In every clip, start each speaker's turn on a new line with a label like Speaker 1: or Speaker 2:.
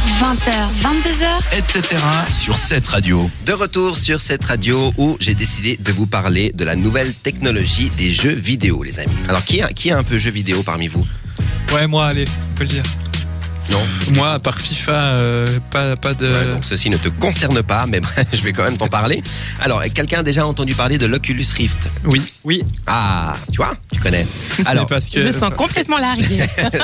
Speaker 1: 20h, 22h,
Speaker 2: etc. sur cette radio.
Speaker 3: De retour sur cette radio où j'ai décidé de vous parler de la nouvelle technologie des jeux vidéo, les amis. Alors, qui a, qui a un peu jeu vidéo parmi vous
Speaker 4: Ouais, moi, allez, on peut le dire.
Speaker 3: Non
Speaker 4: Moi, à part FIFA, euh, pas, pas de.
Speaker 3: Ouais, Donc, ceci ne te concerne pas, mais bah, je vais quand même t'en parler. Alors, quelqu'un a déjà entendu parler de l'Oculus Rift
Speaker 4: oui, oui.
Speaker 3: Ah, tu vois, tu connais.
Speaker 4: Alors,
Speaker 3: Alors,
Speaker 4: parce que.
Speaker 1: je me sens complètement larguée.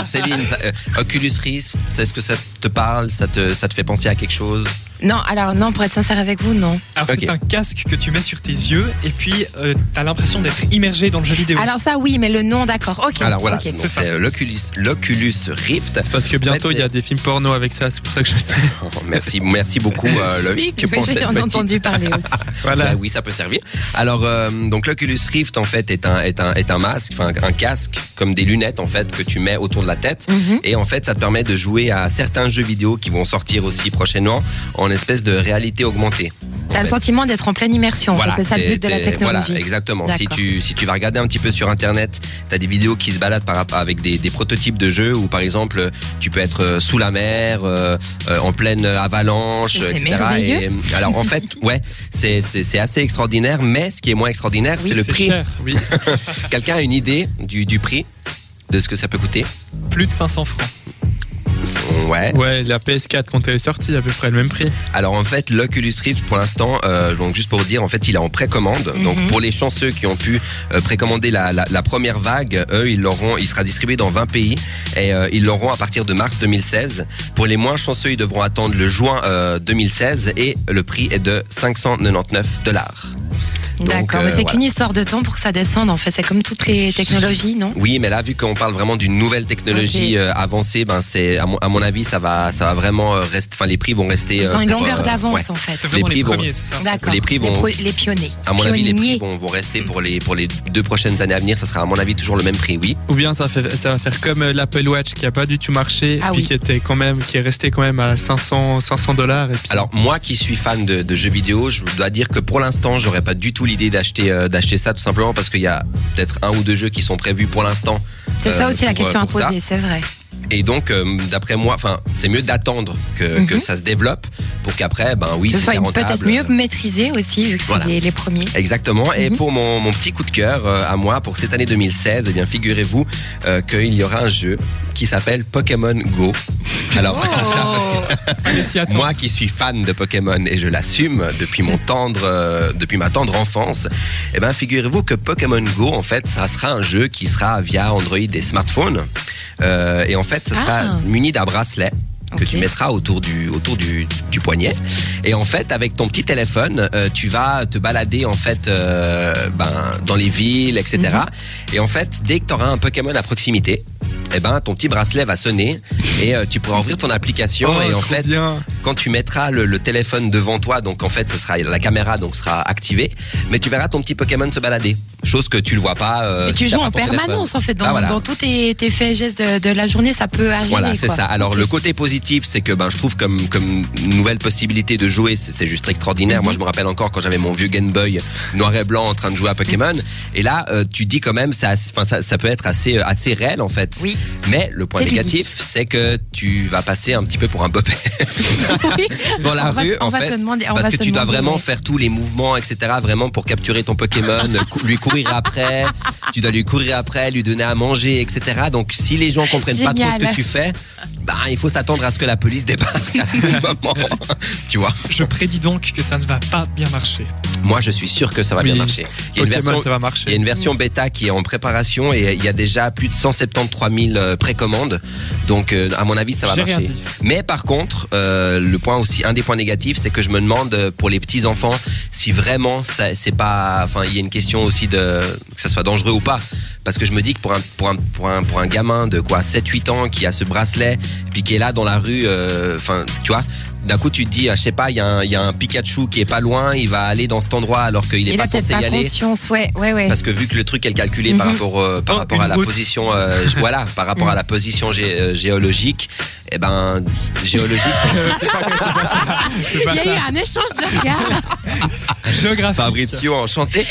Speaker 3: Céline, ça, euh, Oculus Rift, est-ce que ça te parle ça te, ça te fait penser à quelque chose
Speaker 1: non, alors non, pour être sincère avec vous, non.
Speaker 4: Alors,
Speaker 3: Ok.
Speaker 4: c'est un casque que tu mets sur tes yeux et puis euh, t'as l'impression d'être immergé dans le jeu vidéo.
Speaker 1: Alors ça, oui, mais le nom, d'accord. Ok.
Speaker 3: Alors voilà,
Speaker 1: ok.
Speaker 3: donc,
Speaker 4: c'est ça.
Speaker 3: c'est euh, l'Oculus l'Oculus Rift.
Speaker 4: C'est parce que bientôt
Speaker 3: En fait,
Speaker 4: il y a des films porno avec ça, c'est pour ça que je sais.
Speaker 3: Oh, Merci, merci beaucoup, euh, Loïc,
Speaker 1: Oui,
Speaker 3: pour cette
Speaker 1: J'en ai
Speaker 3: petite-
Speaker 1: entendu parler aussi.
Speaker 4: Voilà.
Speaker 3: Bah oui, ça peut servir. Alors, euh, donc l'Oculus Rift en fait est un est un est un masque, enfin un casque comme des lunettes en fait que tu mets autour de la tête.
Speaker 1: Mhm.
Speaker 3: Et en fait, ça te permet de jouer à certains jeux vidéo qui vont sortir aussi prochainement en espèce de réalité augmentée. En
Speaker 1: T'as le
Speaker 3: fait.
Speaker 1: sentiment d'être en pleine immersion. en
Speaker 3: Voilà,
Speaker 1: fait, c'est ça le
Speaker 3: t'es-
Speaker 1: but de la
Speaker 3: t'es-
Speaker 1: technologie.
Speaker 3: Voilà, exactement. Si
Speaker 1: D'accord.
Speaker 3: tu, si tu vas regarder un petit peu sur Internet, tu as des vidéos qui se baladent par, rapport- avec des, des prototypes de jeux où, par exemple, tu peux être euh, sous la mer, euh, euh, en pleine avalanche,
Speaker 1: C'est
Speaker 3: etc.
Speaker 1: merveilleux.
Speaker 3: Et, alors, en fait, ouais, c'est- c'est c'est assez extraordinaire, mais ce qui est moins extraordinaire,
Speaker 1: Oui,
Speaker 3: c'est le
Speaker 4: C'est
Speaker 3: prix.
Speaker 4: cher, oui.
Speaker 3: Quelqu'un a une idée du, du prix de ce que ça peut coûter
Speaker 4: Plus de 500 francs.
Speaker 3: Ouais.
Speaker 4: Ouais, la PS4 quand elle est sortie, à peu près le même prix.
Speaker 3: Alors en fait, l'Oculus Rift pour l'instant, euh, donc juste pour vous dire, en fait, il est en précommande.
Speaker 1: Mhm.
Speaker 3: Donc pour les chanceux qui ont pu euh, précommander la, la- la première vague, eux, ils l'auront, il sera distribué dans 20 pays et euh, ils l'auront à partir de mars 2016. Pour les moins chanceux, ils devront attendre le juin euh, 2016 et le prix est de 599 dollars. donc,
Speaker 1: D'accord,
Speaker 3: euh,
Speaker 1: mais c'est
Speaker 3: voilà.
Speaker 1: qu'une histoire de temps pour que ça descende. En fait, c'est comme toutes les technologies, non
Speaker 3: Oui, mais là, vu qu'on parle vraiment d'une nouvelle technologie euh, avancée, ben c'est à mon, à mon avis, ça va, ça va vraiment euh, rester. Enfin, les prix vont rester.
Speaker 1: Ils
Speaker 3: euh,
Speaker 1: ont une
Speaker 3: pour,
Speaker 1: longueur
Speaker 3: euh,
Speaker 1: d'avance
Speaker 3: ouais.
Speaker 1: en fait.
Speaker 4: C'est vraiment
Speaker 3: Les
Speaker 4: les,
Speaker 3: prix vont-
Speaker 4: premiers, c'est ça
Speaker 1: D'accord.
Speaker 3: Les prix vont-
Speaker 1: pro- les pionniers.
Speaker 3: À mon avis, les prix
Speaker 1: Pionniers.
Speaker 3: vont, vont rester pour les, pour les deux prochaines années à venir. Ça sera, à mon avis, toujours le même prix, oui.
Speaker 4: Ou bien ça, fait- ça va faire comme euh, l'Apple Watch qui a pas du tout marché,
Speaker 1: Ah
Speaker 4: puis
Speaker 1: oui.
Speaker 4: qui était quand même, qui est resté quand même à 500 500 dollars.
Speaker 3: Alors, moi qui suis fan de, de jeux vidéo, je dois dire que pour l'instant, j'aurais pas du tout l'idée d'acheter euh, d'acheter ça, tout simplement parce qu'il y a peut-être un ou deux jeux qui sont prévus pour l'instant.
Speaker 1: C'est ça
Speaker 3: euh,
Speaker 1: aussi la
Speaker 3: pour-
Speaker 1: question à
Speaker 3: pour ça.
Speaker 1: poser, c'est vrai.
Speaker 3: Et donc, euh, d'après moi, enfin, c'est mieux d'attendre que,
Speaker 1: Mhm.
Speaker 3: que ça se développe pour qu'après, ben oui,
Speaker 1: Que ce
Speaker 3: c'est
Speaker 1: soit
Speaker 3: rentable.
Speaker 1: peut-être mieux maîtrisé aussi, vu que c'est
Speaker 3: euh, Voilà.
Speaker 1: les, les premiers.
Speaker 3: Exactement. Et
Speaker 1: Mhm.
Speaker 3: pour mon, mon petit coup de cœur euh, à moi pour cette année 2016, eh bien figurez-vous euh, qu'il y aura un jeu qui s'appelle Pokémon Go. Alors
Speaker 1: Oh.
Speaker 3: moi qui suis fan de Pokémon et je l'assume depuis mon tendre, euh, depuis ma tendre enfance, eh ben figurez-vous que Pokémon Go en fait ça sera un jeu qui sera via Android et smartphone Euh, et en fait ça sera
Speaker 1: Ah.
Speaker 3: muni d'un bracelet que
Speaker 1: Ok.
Speaker 3: tu mettras autour du autour du, du poignet et en fait avec ton petit téléphone euh, tu vas te balader en fait euh, ben, dans les villes etc
Speaker 1: Mhm.
Speaker 3: et en fait dès que tu auras un Pokémon à proximité eh ben ton petit bracelet va sonner et euh, tu pourras ouvrir ton application
Speaker 1: Oh,
Speaker 3: et oh, en fait
Speaker 4: bien.
Speaker 3: quand tu mettras le, le téléphone devant toi, donc en fait, ce sera la caméra donc sera activée, mais tu verras ton petit Pokémon se balader. Chose que tu le vois pas. euh,
Speaker 1: Et
Speaker 3: si
Speaker 1: tu
Speaker 3: t'as
Speaker 1: joues
Speaker 3: pas
Speaker 1: en
Speaker 3: ton téléphone.
Speaker 1: permanence en fait, dans,
Speaker 3: Ah, voilà.
Speaker 1: dans tous tes, tes faits et gestes de, de la journée, ça peut arriver.
Speaker 3: Voilà, c'est
Speaker 1: quoi.
Speaker 3: ça. Alors
Speaker 1: Ok.
Speaker 3: le côté positif, c'est que ben je trouve comme comme nouvelle possibilité de jouer, c'est c'est juste
Speaker 1: Mhm.
Speaker 3: extraordinaire. Moi, je me rappelle encore quand j'avais mon vieux Game Boy noir et blanc en train de jouer à Pokémon.
Speaker 1: Mhm.
Speaker 3: Et là, euh, tu dis quand même, ça, enfin, ça, ça peut être assez euh, assez réel en fait.
Speaker 1: Oui.
Speaker 3: Mais le point
Speaker 1: C'est
Speaker 3: négatif, c'est que tu vas passer un petit peu pour un bopé
Speaker 1: Oui.
Speaker 3: dans la
Speaker 1: On va-
Speaker 3: rue.
Speaker 1: on
Speaker 3: en
Speaker 1: va
Speaker 3: fait,
Speaker 1: te demander- on
Speaker 3: parce
Speaker 1: va
Speaker 3: que
Speaker 1: se
Speaker 3: tu dois
Speaker 1: demander,
Speaker 3: vraiment
Speaker 1: ouais.
Speaker 3: faire tous les mouvements, etc. Vraiment pour capturer ton Pokémon, cou- lui courir après. Tu dois lui courir après, lui donner à manger, etc. Donc si les gens comprennent pas trop ce
Speaker 1: Génial.
Speaker 3: que tu fais, bah il faut s'attendre à ce que la police débarque à tout moment. tu vois.
Speaker 4: Je prédis donc que ça ne va pas bien marcher.
Speaker 3: Moi je suis sûr que ça va
Speaker 4: Oui.
Speaker 3: bien marcher. Il y
Speaker 4: Pokémon,
Speaker 3: a une version.
Speaker 4: ça va
Speaker 3: Il y a
Speaker 4: marcher.
Speaker 3: une version bêta qui est en préparation et il y a déjà plus de 173 000 euh, précommandes. Donc, euh, à mon avis, ça va
Speaker 4: J'ai
Speaker 3: marcher.
Speaker 4: rien dit.
Speaker 3: Mais par contre, euh, le point aussi, un des points négatifs, c'est que je me demande euh, pour les petits enfants si vraiment ça- c'est pas, enfin, il y a une question aussi de que ça soit dangereux ou pas. Parce que je me dis que pour un pour un pour un, pour un gamin de quoi 7-8 ans qui a ce bracelet puis qui est là dans la rue, euh, enfin, tu vois. D'un coup, tu te dis, ah, je sais pas, il y, a un- il y a un Pikachu qui est pas loin, il va aller dans cet endroit alors qu'il est
Speaker 1: Il
Speaker 3: pas
Speaker 1: a peut-être
Speaker 3: censé y
Speaker 1: Eh ben, pas
Speaker 3: aller.
Speaker 1: conscience, ouais, ouais, ouais.
Speaker 3: Parce que vu que le truc est calculé par
Speaker 1: Eh. Mhm.
Speaker 3: rapport, euh, par
Speaker 4: Oh,
Speaker 3: rapport
Speaker 4: une
Speaker 3: à la
Speaker 4: route.
Speaker 3: position, euh, g- voilà, par rapport à la position gé- euh, géologique, eh ben géologique, ça-
Speaker 1: Il y a eu un échange de regards.
Speaker 4: Géographie.
Speaker 3: Fabrizio enchanté,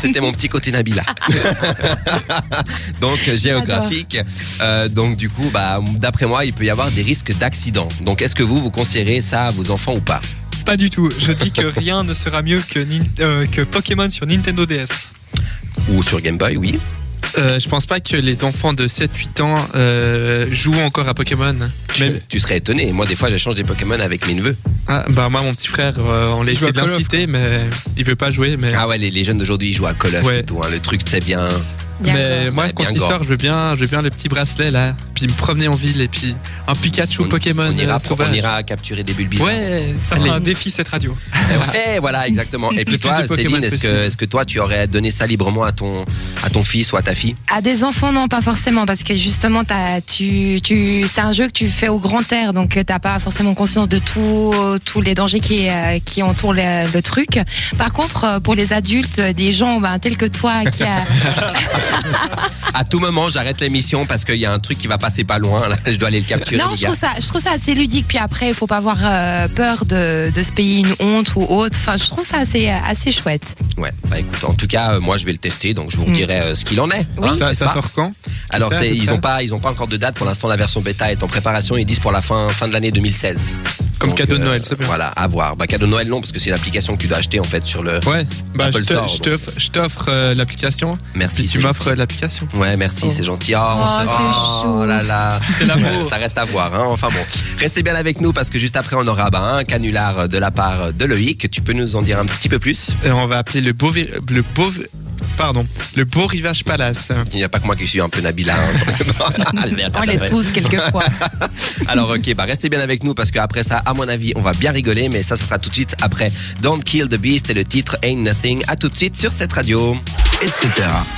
Speaker 3: c'était mon petit côté Nabila. donc géographique, Euh, donc du coup, bah d'après moi, il peut y avoir des risques d'accident. Donc est-ce que vous vous conseillerez ça à vos enfants ou pas
Speaker 4: Pas du tout. Je dis que rien ne sera mieux que, Nin- euh, que Pokémon sur Nintendo DS.
Speaker 3: Ou sur Game Boy, oui.
Speaker 5: Euh, je pense pas que les enfants de 7-8 ans euh, jouent encore à Pokémon. Même,
Speaker 3: Tu serais étonné. Moi, des fois, j'échange des Pokémon avec mes neveux.
Speaker 5: ah, bah moi mon petit frère, euh, on
Speaker 4: joue à
Speaker 5: l'essaie de
Speaker 4: Call of.
Speaker 5: l'inciter, mais il veut pas jouer. Mais,
Speaker 3: Ah ouais, les, les jeunes d'aujourd'hui, ils jouent à Call of
Speaker 5: Ouais.
Speaker 3: et tout. hein. Le truc, c'est bien.
Speaker 1: Bien.
Speaker 5: mais moi
Speaker 3: Ouais,
Speaker 5: quand
Speaker 3: bien
Speaker 5: il
Speaker 3: gore.
Speaker 5: sort, je veux bien, je veux bien le petit bracelet là, puis me promener en ville et puis un Pikachu
Speaker 3: on,
Speaker 5: Pokémon.
Speaker 3: on ira,
Speaker 5: euh, sauvage.
Speaker 3: on ira capturer des bulbes.
Speaker 5: Ouais,
Speaker 4: Ça
Speaker 5: allez.
Speaker 4: fera un défi cette radio.
Speaker 3: Eh voilà, exactement. Et puis
Speaker 5: Le plus
Speaker 3: toi,
Speaker 5: de Pokémon
Speaker 3: Céline, est-ce que,
Speaker 5: possible.
Speaker 3: est-ce que toi, tu aurais donné ça librement à ton, à ton fils ou à ta fille
Speaker 1: À des enfants, non, pas forcément, parce que justement, t'as- tu, tu, c'est un jeu que tu fais au grand air, donc euh, t'as pas forcément conscience de tout, tous les dangers qui, euh, qui entourent le, le truc. Par contre, euh, pour les adultes, euh, des gens ben, tels que toi, qui a,
Speaker 3: À tout moment, j'arrête l'émission parce qu'il y a un truc qui va passer pas loin. là. je dois aller le capturer.
Speaker 1: non,
Speaker 3: les
Speaker 1: je
Speaker 3: gars.
Speaker 1: trouve ça, je trouve ça assez ludique. Puis après, il faut pas avoir euh, peur de, de se payer une honte ou autre. Enfin, je trouve ça assez, euh, assez chouette.
Speaker 3: Ouais. Bah écoute, en tout cas, euh, moi, je vais le tester, donc je vous
Speaker 1: Mm.
Speaker 3: redirai euh, ce qu'il en est. hein,
Speaker 5: Hmm. ça,
Speaker 3: n'est-ce
Speaker 5: ça
Speaker 3: pas
Speaker 5: sort quand
Speaker 3: Alors,
Speaker 5: ça,
Speaker 3: c'est-
Speaker 5: à peu
Speaker 3: ils
Speaker 5: près
Speaker 3: ont pas, ils ont pas encore de date pour l'instant. La version bêta est en préparation. Ils disent pour la fin, fin de l'année 2016.
Speaker 5: Comme
Speaker 3: Donc,
Speaker 5: cadeau de
Speaker 3: euh,
Speaker 5: Noël, c'est bien.
Speaker 3: Voilà, à voir. Bah cadeau de Noël non, parce que c'est l'application que tu dois acheter en fait sur le.
Speaker 5: Ouais, bah je
Speaker 3: Apple
Speaker 5: te-
Speaker 3: Store,
Speaker 5: je
Speaker 3: donc.
Speaker 5: t'offre je t'offre, euh, l'application. Si
Speaker 3: Merci.
Speaker 5: tu
Speaker 3: c'est
Speaker 5: m'offres
Speaker 3: gentil.
Speaker 5: l'application.
Speaker 3: Ouais, merci,
Speaker 1: Oh.
Speaker 3: c'est gentil. Oh, on
Speaker 1: Oh,
Speaker 3: se-
Speaker 1: c'est
Speaker 3: oh
Speaker 1: chaud.
Speaker 3: là là.
Speaker 4: C'est l'amour.
Speaker 3: Ça reste à voir. hein. Enfin bon, restez bien avec nous parce que juste après on aura bah, un canular de la part de Loïc. Tu peux nous en dire un petit peu plus
Speaker 5: Et on va appeler le beau vi- le beau vi- pardon le beau rivage palace.
Speaker 3: Il n'y a pas que moi qui suis un peu Nabila. hein, sur le- Albert,
Speaker 1: On les
Speaker 3: Albert.
Speaker 1: pousse quelquefois.
Speaker 3: Alors ok, bah restez bien avec nous parce qu'après ça, à mon avis, on va bien rigoler. Mais ça, ça sera tout de suite après Don't Kill the Beast et le titre Ain't Nothing. À tout de suite sur cette radio.
Speaker 2: etc.